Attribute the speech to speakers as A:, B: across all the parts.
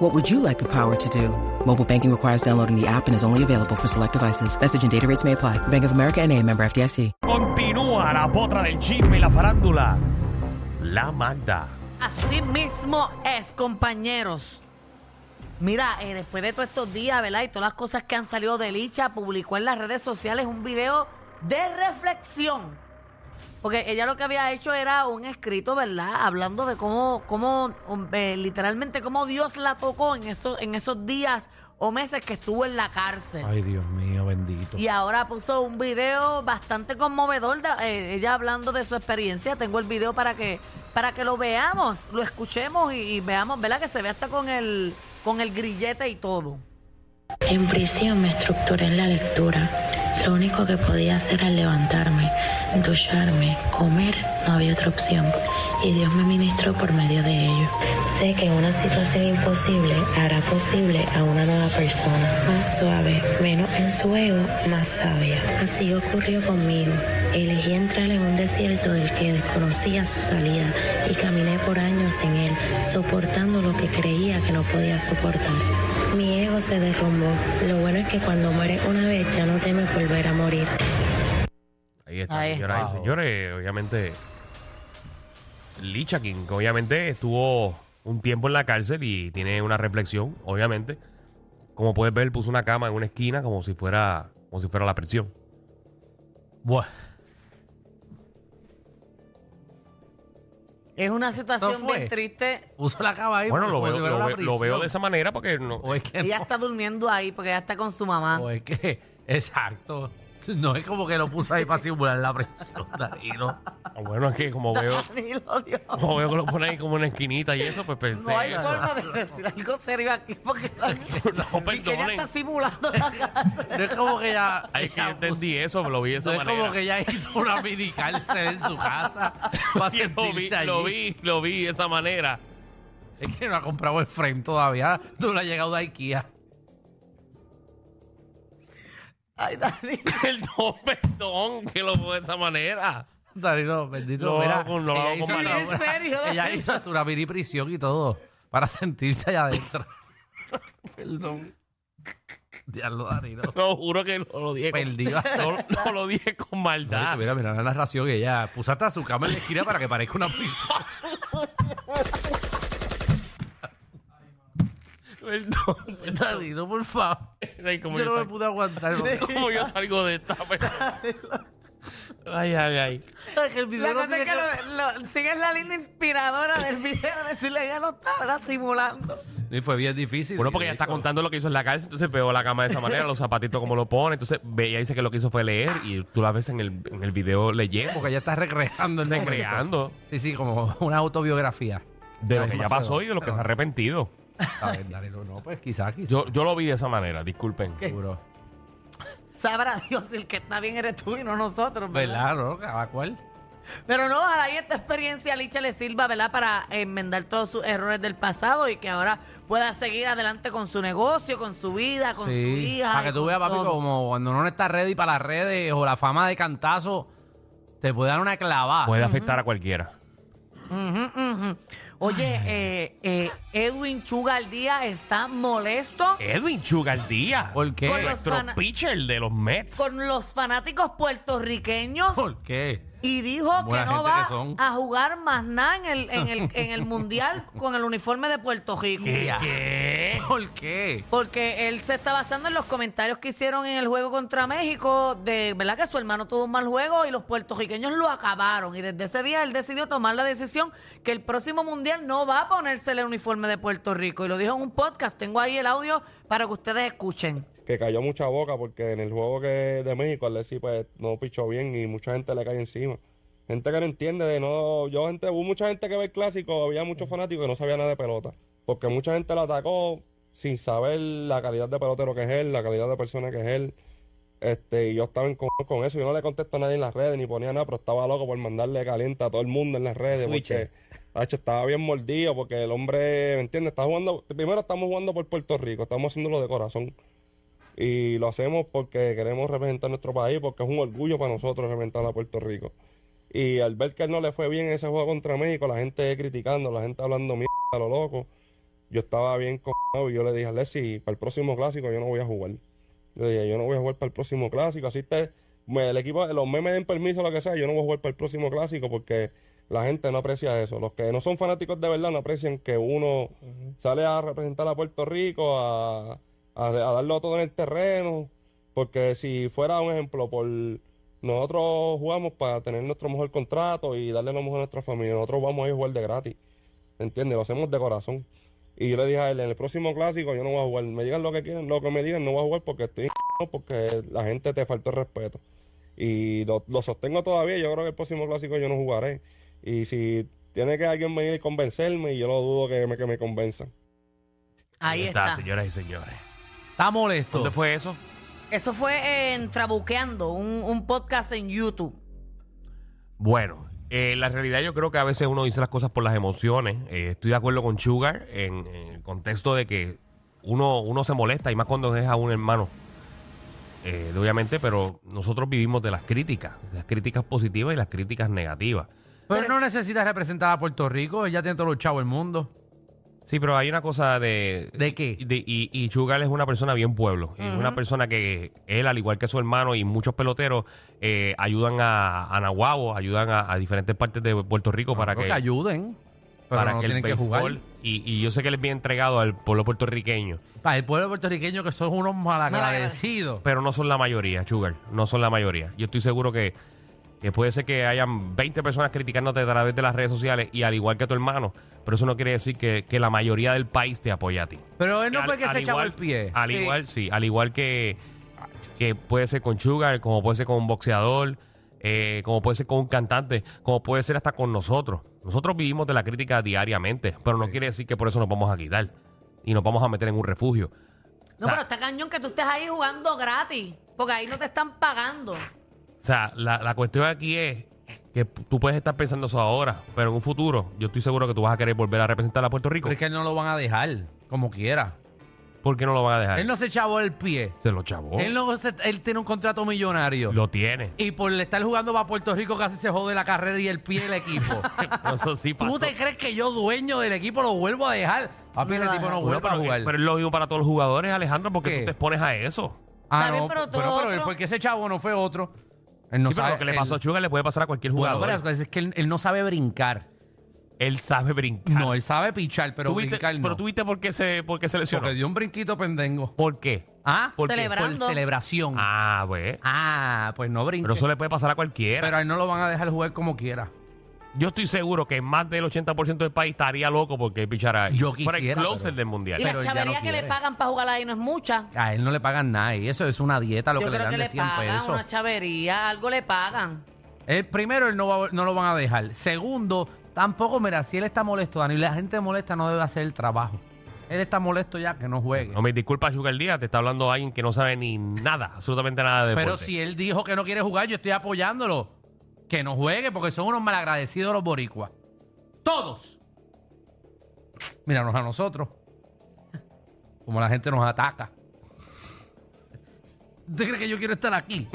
A: What would you like the power to do? Mobile banking requires downloading the app and is only available for select devices. Message and data rates may apply. Bank of America and a member FDIC.
B: Continúa la potra del chisme y la farándula. La Magda.
C: Así mismo es, compañeros. Mira, eh, después de todos estos días, ¿verdad? Y todas las cosas que han salido de Licha, publicó en las redes sociales un video de reflexión. Porque ella lo que había hecho era un escrito, ¿verdad? Hablando de cómo, cómo um, eh, literalmente, cómo Dios la tocó en, esos en esos días o meses que estuvo en la cárcel.
B: Ay, Dios mío, bendito.
C: Y ahora puso un video bastante conmovedor, de, eh, ella hablando de su experiencia. Tengo el video para que, para que lo veamos, lo escuchemos y, y veamos, ¿verdad? Que se ve hasta con el, con el grillete y todo.
D: En prisión me estructuré en la lectura. Lo único que podía hacer al levantarme, ducharme, comer, no había otra opción. Y Dios me ministró por medio de ello. Sé que una situación imposible hará posible a una nueva persona. Más suave, menos en su ego, más sabia. Así ocurrió conmigo. Elegí entrar en un desierto del que desconocía su salida y caminé por años en él, soportando lo que creía que no podía soportar. Mi ego se derrumbó. Lo bueno es que cuando mueres una vez ya no temes volver a morir.
B: Ahí está,
C: Ahí
B: señoras
C: está.
B: y señores. Obviamente, Licha King, que obviamente estuvo un tiempo en la cárcel y tiene una reflexión, obviamente. Como puedes ver, puso una cama en una esquina como si fuera, como si fuera la prisión.
E: Buah.
C: Es una situación
E: fue?
C: bien triste.
E: Puso la cama ahí.
B: Bueno, lo
E: como
B: veo,
E: si fuera
B: lo,
E: una
B: ve- lo veo de esa
E: prisión.
B: manera porque no.
E: O es que
C: Ella
E: no,
C: está durmiendo ahí porque ella está con su mamá.
E: o es que. Exacto. No es como que lo puso ahí para simular la presión, Danilo.
B: Bueno, es que como veo,
C: Danilo, Dios.
B: como veo que lo pone ahí como en una esquinita y eso, pues pensé.
C: No hay
B: eso.
C: forma de decir algo serio aquí porque
B: No,
C: y que ella
B: perdonen.
C: está simulando la cárcel.
E: No es como que ya.
B: Ay, que yo
E: ya puso-
B: entendí eso, pero lo vi de esa
E: no es
B: manera.
E: como que ya hizo una mini cárcel en su casa para
B: Sí, lo vi,
E: sentirse allí.
B: lo vi, lo vi de esa manera.
E: Es que no ha comprado el frame todavía. No le ha llegado de IKEA.
C: Ay, Danilo.
B: Perdón, perdón, que lo veo de esa manera.
E: Danilo, bendito.
B: Lo
E: mira,
B: hago- lo
E: ella
B: hago
E: hizo
B: con
E: hasta
C: maldad.
E: una-
C: Sí, en serio,
E: Ella
C: Danilo.
E: hizo hasta una mini prisión y todo para sentirse allá adentro.
B: Perdón.
E: Diablo, Danilo.
B: No, juro que no lo dije. con-
E: Perdido hasta
B: No, no lo dije con maldad.
E: Ay, mira, mira la narración que ella puso hasta su cama en la esquina para que parezca una prisión.
B: Perdón.
E: Danilo, por favor.
B: Ay, como
E: yo no
B: yo,
E: me pude aguantar.
B: salgo, como yo salgo de esta. Ay, ay, ay.
E: Es que el video
C: La
E: no
C: cosa
E: tiene
C: es que lo- lo- sigue en la línea inspiradora del video, decirle ella lo está ¿verdad? simulando.
E: que- Y fue bien difícil.
B: Bueno, porque ella está contando lo que hizo en la cárcel, entonces veo la cama de esa manera, los zapatitos como lo pone, entonces veía dice que lo que hizo fue leer y tú la ves en el, en el video leyendo,
E: Porque ella está recreando el momento.
B: recreando
E: Sí, sí, como una autobiografía.
B: de lo
E: Ay,
B: que ya
E: demasiado.
B: pasó y de lo que se ha arrepentido.
E: A ver, Danilo, no, pues quizás, quizás.
B: Yo, yo lo vi de esa manera, disculpen.
E: Seguro.
C: Sabrá Dios si el que está bien eres tú y no nosotros, ¿verdad?
E: ¿Verdad, no? Cada cual.
C: Pero no, ojalá y esta experiencia a Licha le sirva, ¿verdad? Para enmendar todos sus errores del pasado y que ahora pueda seguir adelante con su negocio, con su vida, con su
E: Sí.
C: hija.
E: Para que
C: y
E: tú
C: con
E: veas, papi,
C: todo.
E: como cuando uno no está ready para las redes o la fama de cantazo, te puede dar una clavada.
B: Puede afectar a cualquiera.
C: Ujú, ujú. Oye, eh, eh, Edwin Chuga al día está molesto
E: Eh.
B: Edwin Chugaldía.
E: ¿Por qué?
C: Con los
B: Nuestro
C: fan-
B: pitcher de los Mets.
C: con los fanáticos puertorriqueños
E: ¿Por qué?
C: y dijo que
E: Buena
C: no
E: gente
C: va
E: que son.
C: a jugar más nada en el, en, el, en el mundial con el uniforme de Puerto Rico.
B: ¿Qué?
E: ¿Por qué?
C: Porque él se está basando en los comentarios que hicieron en el juego contra México, de verdad que su hermano tuvo un mal juego y los puertorriqueños lo acabaron. Y desde ese día él decidió tomar la decisión que el próximo mundial no va a ponérsele el uniforme de Puerto Rico. Y lo dijo en un podcast, tengo ahí el audio para que ustedes escuchen.
F: que cayó mucha boca porque en el juego que de México Alexis pues no pichó bien y mucha gente le cae encima. Gente que no entiende de no, yo gente, hubo mucha gente que ve el clásico, había muchos fanáticos que no sabía nada de pelota, porque mucha gente lo atacó sin saber la calidad de pelotero que es él, la calidad de persona que es él. Este, y yo estaba en con, con eso. Yo no le contesto a nadie en las redes ni ponía nada, pero estaba loco por mandarle caliente a todo el mundo en las redes.
G: Switcher.
F: Porque, tacho, estaba bien mordido porque el hombre, ¿me entiendes? Está jugando, primero estamos jugando por Puerto Rico, estamos haciéndolo de corazón. Y lo hacemos porque queremos representar nuestro país, porque es un orgullo para nosotros representar a Puerto Rico. Y al ver que él no le fue bien en ese juego contra México, la gente criticando, la gente hablando mierda a lo loco, yo estaba bien con y yo le dije a Alexis, para el próximo clásico yo no voy a jugar. Yo le dije, yo no voy a jugar para el próximo clásico, así te, me- el equipo, los memes den permiso, lo que sea, yo no voy a jugar para el próximo clásico porque la gente no aprecia eso. Los que no son fanáticos de verdad no aprecian que uno sale a representar a Puerto Rico, a, a, a darlo todo en el terreno, porque si fuera un ejemplo, por nosotros jugamos para tener nuestro mejor contrato y darle lo mejor a nuestra familia, nosotros vamos a ir a jugar de gratis. ¿Entiendes? Lo hacemos de corazón. Y yo le dije a él, en el próximo clásico yo no voy a jugar. Me digan lo que quieran, lo que me digan, no voy a jugar porque estoy porque la gente te faltó el respeto. Y lo, lo sostengo todavía, yo creo que el próximo clásico yo no jugaré. Y si tiene que alguien venir y convencerme, y yo lo dudo que me, que me convenzan.
C: Ahí está.
B: señoras y señores.
E: Está molesto.
B: ¿Dónde fue eso?
C: Eso fue en Trabuqueando, un, un podcast en YouTube.
B: Bueno, eh, la realidad yo creo que a veces uno dice las cosas por las emociones. Eh, estoy de acuerdo con Sugar en, en el contexto de que uno, uno se molesta y más cuando es a un hermano. Eh, obviamente, pero nosotros vivimos de las críticas, las críticas positivas y las críticas negativas.
E: Pero no necesitas representar a Puerto Rico, ella tiene todos los chavos del mundo.
B: Sí, pero hay una cosa de...
E: ¿De qué?
B: y de- y, y Sugar es una persona bien pueblo. Es una persona que él, al igual que su hermano y muchos peloteros, eh, ayudan a, a Nahuabo, ayudan a, a diferentes partes de Puerto Rico para
E: Creo
B: que,
E: que ayuden. Ah, Pero
B: para
E: no
B: que el
E: tienen que jugar.
B: béisbol... Y, y yo sé que él es bien entregado al pueblo puertorriqueño,
E: Para el pueblo puertorriqueño que son unos malagradecidos.
B: pero no son la mayoría, Sugar. No son la mayoría. Yo estoy seguro que, que puede ser que hayan 20 personas criticándote a través de las redes sociales y al igual que tu hermano, pero eso no quiere decir que, que la mayoría del país te apoya a ti.
E: Pero él no
B: Al-
E: fue que
B: al
E: se
B: igual-
E: echaba el pie.
B: Al
E: Sí.
B: igual, sí, al igual que, que puede ser con Sugar, como puede ser con un boxeador, eh, como puede ser con un cantante, como puede ser hasta con nosotros. Nosotros vivimos de la crítica diariamente, pero no quiere decir que por eso nos vamos a quitar y nos vamos a meter en un refugio.
C: No,
B: Sa-
C: pero está cañón que tú estés ahí jugando gratis, porque ahí no te están pagando.
B: O sea, la, la cuestión aquí es que p- tú puedes estar pensando eso ahora, pero en un futuro yo estoy seguro que tú vas a querer volver a representar a Puerto Rico.
E: Pero es que él no lo van a dejar, como quiera.
B: ¿Por qué no lo van a dejar?
E: Él no se echaba el pie.
B: Se lo chavó.
E: Él, no se- él tiene un contrato millonario.
B: Oh. Lo tiene.
E: Y por estar jugando para Puerto Rico casi se jode la carrera y el pie del equipo.
B: Eso sí pasó.
E: ¿Tú te crees que yo, dueño del equipo, lo vuelvo a dejar? Papi,
C: No
E: ese
C: lo
E: tipo
B: Bueno,
C: deja.
E: no vuelve a
B: pero, eh,
E: jugar.
B: pero es lo mismo para todos los jugadores, Alejandro, porque
E: ¿Qué?
B: tú te expones a eso.
E: ah,
C: Está bien,
E: no,
C: pero
E: pero,
C: todo
E: bueno, pero él
C: otro-
E: fue que ese chavo no fue otro. Él no
B: Sí, pero
E: sabe-
B: lo que le
E: él-
B: pasó a Sugar le puede pasar a cualquier
E: Bueno,
B: jugador.
E: pero es que él, él no sabe brincar.
B: él sabe brincar.
E: No, él sabe pichar, pero
B: ¿Tú viste-
E: brincar no.
B: Ah. pero tú viste por qué se, por qué se lesionó.
E: Porque dio un brinquito pendengo.
B: ¿Por qué?
E: ¿Ah?
B: ¿Por
E: Por,
B: qué?
C: Celebrando.
E: celebración. Ah,
B: Ah, pues.
E: pues no brinque.
B: Pero
E: Pero,
B: eso le puede pasar a cualquiera.
E: a él no lo van a dejar jugar como quiera.
B: Yo estoy seguro que más del 80% del país estaría loco porque él pichara. y
E: Yo
B: fuera el
E: quisiera,
B: closer
E: pero-
B: del mundial.
C: Y
E: Pero
C: la
E: él ya no
C: chavería que le
E: quiere.
C: pagan para jugar ahí no es mucha.
E: A él no le pagan nada y eso es una dieta, lo
C: Yo
E: que le
C: creo
E: dan
C: que
E: de
C: le
E: 100
C: pagan
E: pesos.
C: una chavería, algo le pagan.
E: Él, primero, él no, va- no lo van a dejar. Segundo, tampoco, mira, si él está molesto, Dani, la gente molesta no debe hacer el trabajo. Él está molesto ya que no juegue.
B: No me disculpa, Sugar Díaz, te está hablando alguien que no sabe ni nada, absolutamente nada de
E: Pero
B: deporte.
E: si él dijo que no quiere jugar, yo estoy apoyándolo. Que no juegue, porque son unos malagradecidos los boricuas. Todos. Míranos a nosotros. Como la gente nos ataca. ¿Usted cree que yo quiero estar aquí?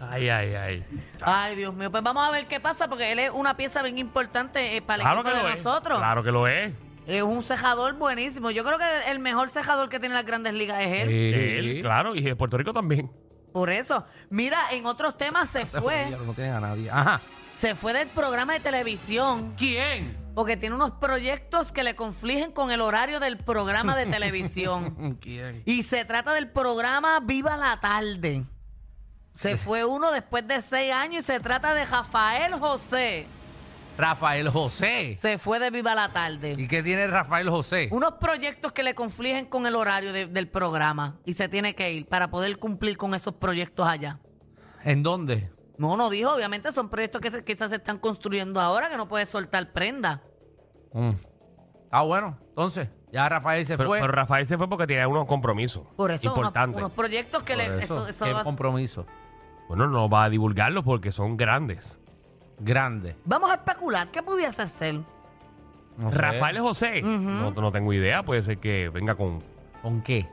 B: Ay, ay, ay.
C: Ay, Dios mío. Pues vamos a ver qué pasa, porque él es una pieza bien importante eh, para el
B: Claro que
C: equipo
B: lo
C: de
B: es.
C: nosotros.
B: Claro que lo es.
C: Es un cejador buenísimo. Yo creo que el mejor cejador que tiene las grandes ligas es él.
B: Él, claro, y de Puerto Rico también.
C: Por eso. Mira, en otros temas se
E: Esta familia
C: fue.
E: No tienen a nadie. Ajá.
C: Se fue del programa de televisión.
E: ¿Quién?
C: Porque tiene unos proyectos que le confligen con el horario del programa de televisión.
E: ¿Quién?
C: Y se trata del programa Viva la Tarde. Se fue uno después de seis años y se trata de Rafael José.
E: Rafael José.
C: Se fue de Viva la
E: ¿Y
C: Tarde.
E: qué tiene Rafael José?
C: Unos proyectos que le confligen con el horario de- del programa y se tiene que ir para poder cumplir con esos proyectos allá.
E: ¿En dónde?
C: No, no dijo, obviamente son proyectos que se- quizás se están construyendo ahora que no puede soltar prenda.
E: Mm. Ah, bueno. Entonces, Ya Rafael se
B: Pero,
E: fue.
B: pero Rafael se fue porque tenía unos compromisos
C: Por eso, unos-
B: importantes.
C: Unos, proyectos que
E: Por
C: le.
E: eso,
C: Eso, eso
E: qué
C: va-
E: compromiso
B: Bueno, no va a divulgarlos porque son grandes.
E: grande.
C: Vamos a especular. ¿Qué pudiese hacer?
E: No sé.
B: Rafael José, no, no tengo idea, puede ser que venga con,
E: ¿Con qué?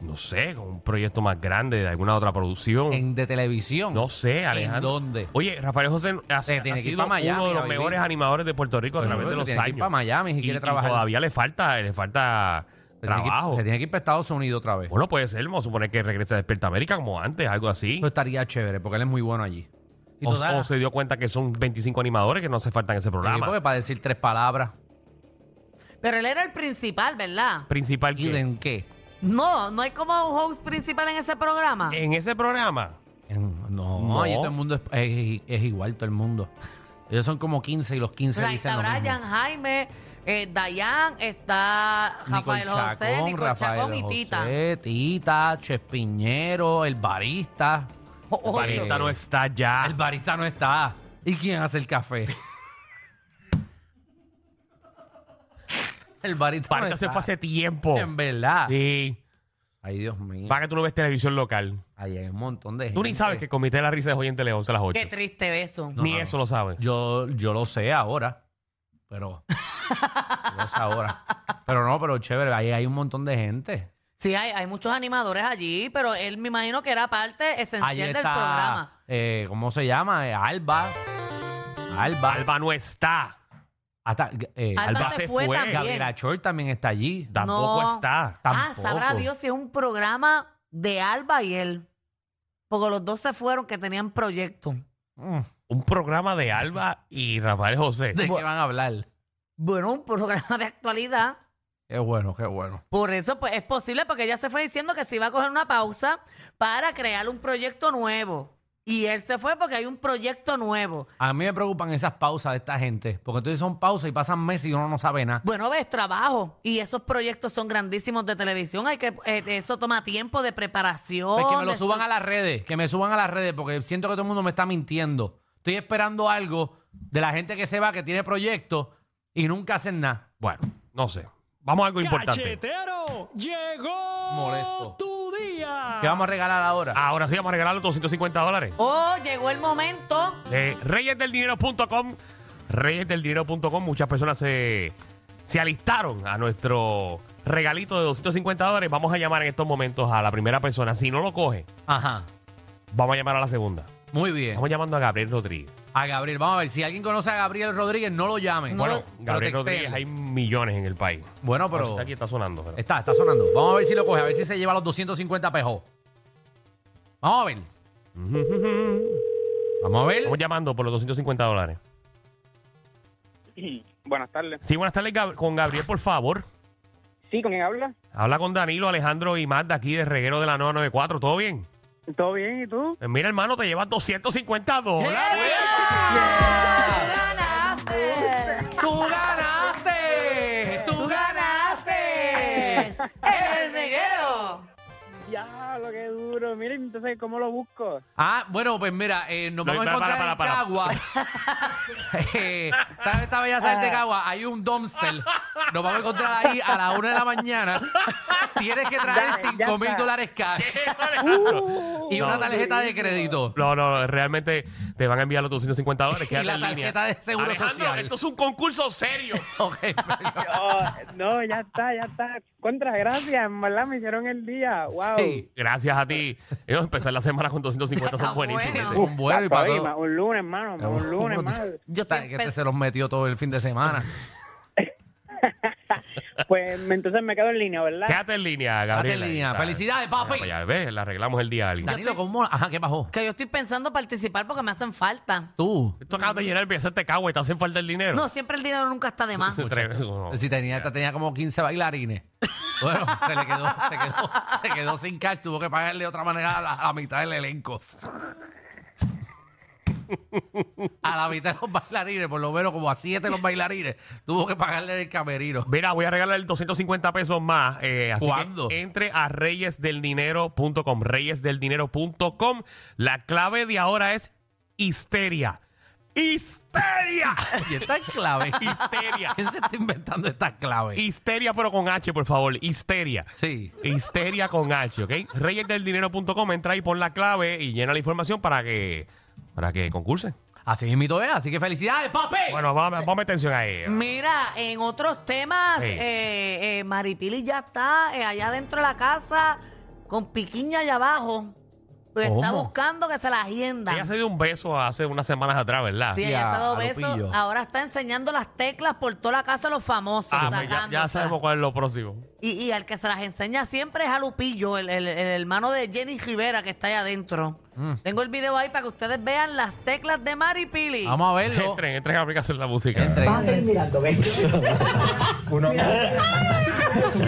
B: no sé, con un proyecto más grande de alguna otra producción.
E: En de televisión.
B: no Mm. sé, Alejandro.
E: ¿En dónde?
B: Oye, Rafael José ha, ha
E: Se tiene que ir
B: sido
E: pa' Miami,
B: uno de los
E: Gabrielito.
B: mejores animadores de Puerto Rico a
E: Pues,
B: través de
E: se
B: los
E: tiene que ir
B: años.
E: pa' Miami si
B: y,
E: quiere
B: y
E: trabajar.
B: todavía le falta, le falta
E: Se tiene que ir-
B: trabajo.
E: se tiene que ir para Estados Unidos otra vez.
B: Bueno, puede ser, vamos a suponer que regrese a Desperta América como antes, algo así.
E: Eso estaría chévere porque él es muy bueno allí. Pues, Y
B: O,
E: total,
B: o se dio cuenta que son 25 animadores que no hace falta en ese
E: sí, pues,
B: programa.
E: porque para decir tres palabras.
C: Pero él era el principal, ¿verdad?
B: Principal
E: ¿Y
B: que
E: en qué?
C: No, no hay como un host principal en ese programa.
E: Eh,
B: en ese programa.
E: En- no,
B: No.
E: allí todo el mundo es, es- es igual, todo el mundo. Ellos son como 15 y los 15
C: Ahí
E: dicen
C: está
E: lo mismo.
C: Brian, Jaime, eh, Dayan, está Rafael José, Nico
E: Rafael
C: Chacón y Tita.
E: José, Tita, Chespiñero, el barista.
C: O-
B: El
C: ocho.
B: barista no está
E: El
B: ya.
E: barista no está. ¿Y quién hace el café? el barista,
B: Para
E: no
B: se
E: está.
B: fue hace tiempo.
E: En verdad.
B: Sí.
E: Ay, Dios mío.
B: Para que tú no ves televisión local.
E: Ahí hay un montón de gente.
B: Tú ni sabes que el Comité de la Risa es hoy en Tele 11 a las 8.
C: Qué triste beso.
B: ni eso lo sabes.
E: Yo, yo lo sé ahora, pero... yo lo sé ahora. Pero no, pero chévere, ahí hay un montón de gente.
C: Sí, hay, hay muchos animadores allí, pero él me imagino que era parte esencial
E: Ahí
C: del
E: está...
C: programa.
E: eh, ¿Cómo se llama? Eh, Alba. Alba.
B: Alba no está.
E: Hasta, eh,
C: Alba,
B: Alba
C: se
B: se
C: fue,
B: fue.
C: también.
E: Gabriela Chor también está allí.
B: Tampoco
C: No.
B: está.
C: Ah,
E: Tampoco.
C: sabrá Dios si es un programa de Alba y él. Porque los dos se fueron que tenían proyectos.
E: Mm,
B: Un programa de Alba y Rafael José.
E: ¿De qué van a hablar?
C: Bueno, un programa de actualidad.
E: Qué bueno, qué bueno.
C: Por eso pues, es posible, porque ella se fue diciendo que se iba a coger una pausa para crear un proyecto nuevo. Y él se fue porque hay un proyecto nuevo.
E: A mí me preocupan esas pausas de esta gente, porque entonces son pausas y pasan meses y uno no sabe nada.
C: Bueno, ves, trabajo. Y esos proyectos son grandísimos de televisión. Hay que, eh, eso toma tiempo de preparación.
E: Pues que me lo
C: de-
E: suban a las redes, que me suban a las redes, porque siento que todo el mundo me está mintiendo. Estoy esperando algo de la gente que se va, que tiene proyectos y nunca hacen nada.
B: Bueno, no sé. Vamos a algo importante.
G: Cachetero, llegó
E: Molesto. Ah,
G: tu día.
E: ¿Qué vamos a regalar ahora?
B: Ahora sí vamos a regalar los 250 dólares.
C: Oh, llegó el momento.
B: de reyesdeldinero.com. Reyesdeldinero.com. Muchas personas se, se alistaron a nuestro regalito de 250 dólares. Vamos a llamar en estos momentos a la primera persona. Si no lo coge,
E: Ajá.
B: vamos a llamar a la segunda.
E: Muy bien.
B: Estamos llamando a Gabriel Rodríguez.
E: A Gabriel, vamos a ver. Si alguien conoce a Gabriel Rodríguez, no lo llamen.
B: Bueno,
E: Pero
B: Gabriel
E: textéenlo.
B: Rodríguez, hay millones en el país.
E: Bueno,
B: No sé
E: pero. este-
B: si aquí está sonando. pero-
E: Está, está sonando. Vamos a ver si lo coge, a ver si se lleva los 250 pejos. Vamos a ver. Vamos a
B: Estamos
E: ver.
B: llamando por los 250 dólares.
H: Buenas tardes.
B: Sí, buenas tardes Gab- con Gabriel, por favor.
H: Sí, ¿con quién habla?
B: Habla con Danilo, Alejandro y Magda aquí de Reguero de la 994. ¿Todo bien?
H: ¿Todo bien? ¿Y tú?
B: Eh, Mira, hermano, te llevas 250
E: ¡Eh!
B: dólares.
C: ¡Ganaste!
E: ¡Tú ganaste! ¡Tú ganaste!
C: ¡El reguero!
H: Ya, lo que duro. Miren, entonces, ¿cómo lo busco?
E: Ah, bueno, pues mira, eh, nos
B: No,
E: vamos a
B: para,
E: encontrar
B: para,
E: en
B: para, para.
E: Cagua. Eh, ¿Sabes esta bella sal
H: Ah.
E: de Cagua? Hay un dumpster. Nos vamos a encontrar ahí a la una de la mañana. Tienes que traer
H: Dale, ya
E: 5 mil
H: está.
E: dólares cash
H: Uh,
E: y una tarjeta de crédito.
B: No, no, no, realmente te van a enviar los 250 dólares. Quédate
E: la
B: en línea.
E: tarjeta de Seguro
B: Alejandro,
E: Social.
B: esto es un concurso serio.
E: Ok, pues, perdón.
H: oh, no, ya está, ya está. Contra, gracias. En verdad, me hicieron el día. Wow.
E: Sí.
B: Gracias a ti. Ellos empezar la semana con 250
C: Está
B: son buenísimos.
C: bueno.
B: ¿viste?
E: Un vuelo y
H: Papi,
E: para todo.
H: ma- Un lunes, hermano. ma- Un lunes,
E: ¿Cómo tú-
H: más.
C: Yo
E: Está-
C: estoy
E: que
C: pe-
E: este se los metió todo el fin de semana.
H: Pues me- entonces me quedo en línea, ¿verdad?
B: Quédate en línea, Gabriel.
E: Date línea. Felicidades, papi.
B: pues Ya ves, le arreglamos el día a alguien.
E: Danilo, ¿cómo? Ajá, ¿qué pasó?
C: Que yo estoy pensando participar porque me hacen falta.
E: Tú.
B: Tú acabas de llenar el pieza te cago y te hace falta el dinero.
C: No, siempre el dinero nunca está de más.
B: Se atreve, no.
E: Si tenía, esta tenía como 15 bailarines. Bueno, se le quedó, se quedó, se quedó sin cash. Tuvo que pagarle de otra manera a la, a la mitad del elenco. A la mitad de los bailarines, por lo menos como a siete de los bailarines, tuvo que pagarle el camerino.
B: Mira, voy a regalar 250 pesos más. Eh, así
E: ¿Cuándo?
B: que entre a reyesdeldinero.com. Reyesdeldinero.com. La clave de ahora es histeria. ¡Histeria!
E: Y esta es clave.
B: ¡Histeria!
E: ¿Quién se está inventando esta clave?
B: Histeria, pero con H, por favor. Histeria.
E: Sí.
B: Histeria con H, ¿ok? Reyesdeldinero.com, entra ahí, pon la clave y llena la información para que, para que concursen.
E: Así mismito es, así que felicidades, papi.
B: Bueno, vamos, ponme atención ahí.
C: Mira, en otros temas,
B: Sí.
C: eh, eh, Maripili ya está eh, allá dentro de la casa con piquiña allá abajo. Pues está
E: ¿Cómo?
C: buscando que se la agenda.
B: Ella se dio un beso hace unas semanas atrás, ¿verdad?
C: Sí,
E: Ya,
C: ella se ha dado
E: a
C: besos.
E: Lupillo.
C: Ahora está enseñando las teclas por toda la casa a los famosos.
B: Ah, pues ya, ya
C: sacándoselas.
B: sabemos cuál es lo próximo.
C: Y, y al que se las enseña siempre es a Lupillo, el, el- el hermano de Jenny Rivera que está allá adentro.
B: Mm.
C: Tengo el video ahí para que ustedes vean las teclas de Maripili.
E: Vamos a verlo.
B: Entren, entren a aplicación de la música.
E: Entre.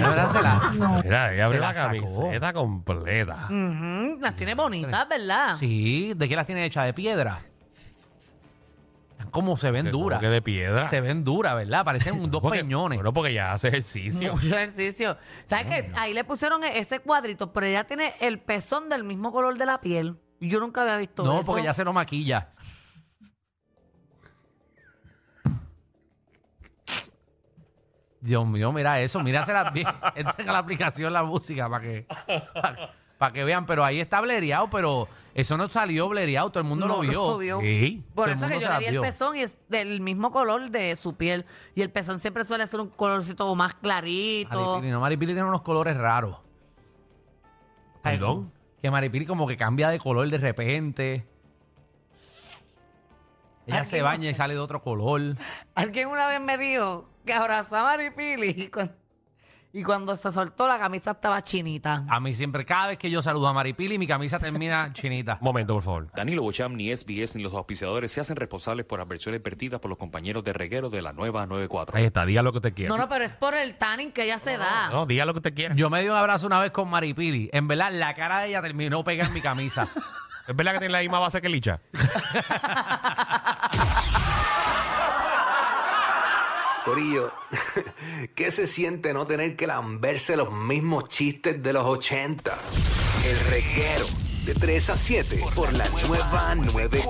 E: Ábrasela.
B: Mira, ella abrió
E: Se
B: la,
E: la sacó. Mm,
B: camiseta completa.
C: Ujú, las tiene bonitas, ¿verdad?
E: Sí, ¿de qué las tiene hechas? De piedra. Como se ven
B: Que como
E: duras.
B: Que de piedra.
E: Se ven duras, ¿verdad? Parecen un- dos
B: Porque-
E: peñones.
B: Bueno, porque ya hace ejercicio.
C: Mucho ejercicio. ¿Sabes qué? Ahí le pusieron e- ese cuadrito, pero ella tiene el pezón del mismo color de la piel. Yo nunca había visto eso.
E: No, porque ya se lo maquilla. Dios mío, mira eso, mírasela bien. Entren a la aplicación la música para que, para, que vean. Pero ahí está blereado, pero eso no salió blereado, todo el mundo
C: No,
E: lo vio.
C: no lo vio.
B: Sí.
E: Todo
C: Por
E: el
C: eso es
E: mundo
C: que yo
E: se
C: le
E: la
C: vi el
E: vio.
C: pezón y es del mismo color de su piel. Y el pezón siempre suele ser un colorcito más clarito.
E: Maripili, no, Maripili tiene unos colores raros. Ay,
B: ¿Perdón?
E: Que Maripili como que cambia de color de repente. Ella
C: Ay,
E: se
C: qué
E: baña y sale de otro color.
C: Alguien una vez me dijo que abrazó a Maripili y cuan- y cuando se soltó la camisa estaba chinita.
E: A mí siempre, cada vez que yo saludo a Maripili, mi camisa termina chinita.
B: Un momento, por favor.
I: Danilo Bocham, ni SBS, ni los auspiciadores se hacen responsables por adversiones vertidas por los compañeros de reguero de la nueva 94.
B: Ahí está, diga lo que usted quiera.
C: No, no, pero es por el tanning que ella
E: Oh,
C: se da.
B: No, diga lo que usted quiera.
E: Yo me di un abrazo una vez con Maripili. En verdad, la cara de ella terminó pegada en mi camisa.
B: ¿Es verdad que tiene la misma base que Licha?
J: Corillo, ¿qué se siente no tener que lamberse los mismos chistes de los 80? El reguero de 3 a 7 por la nueva 94.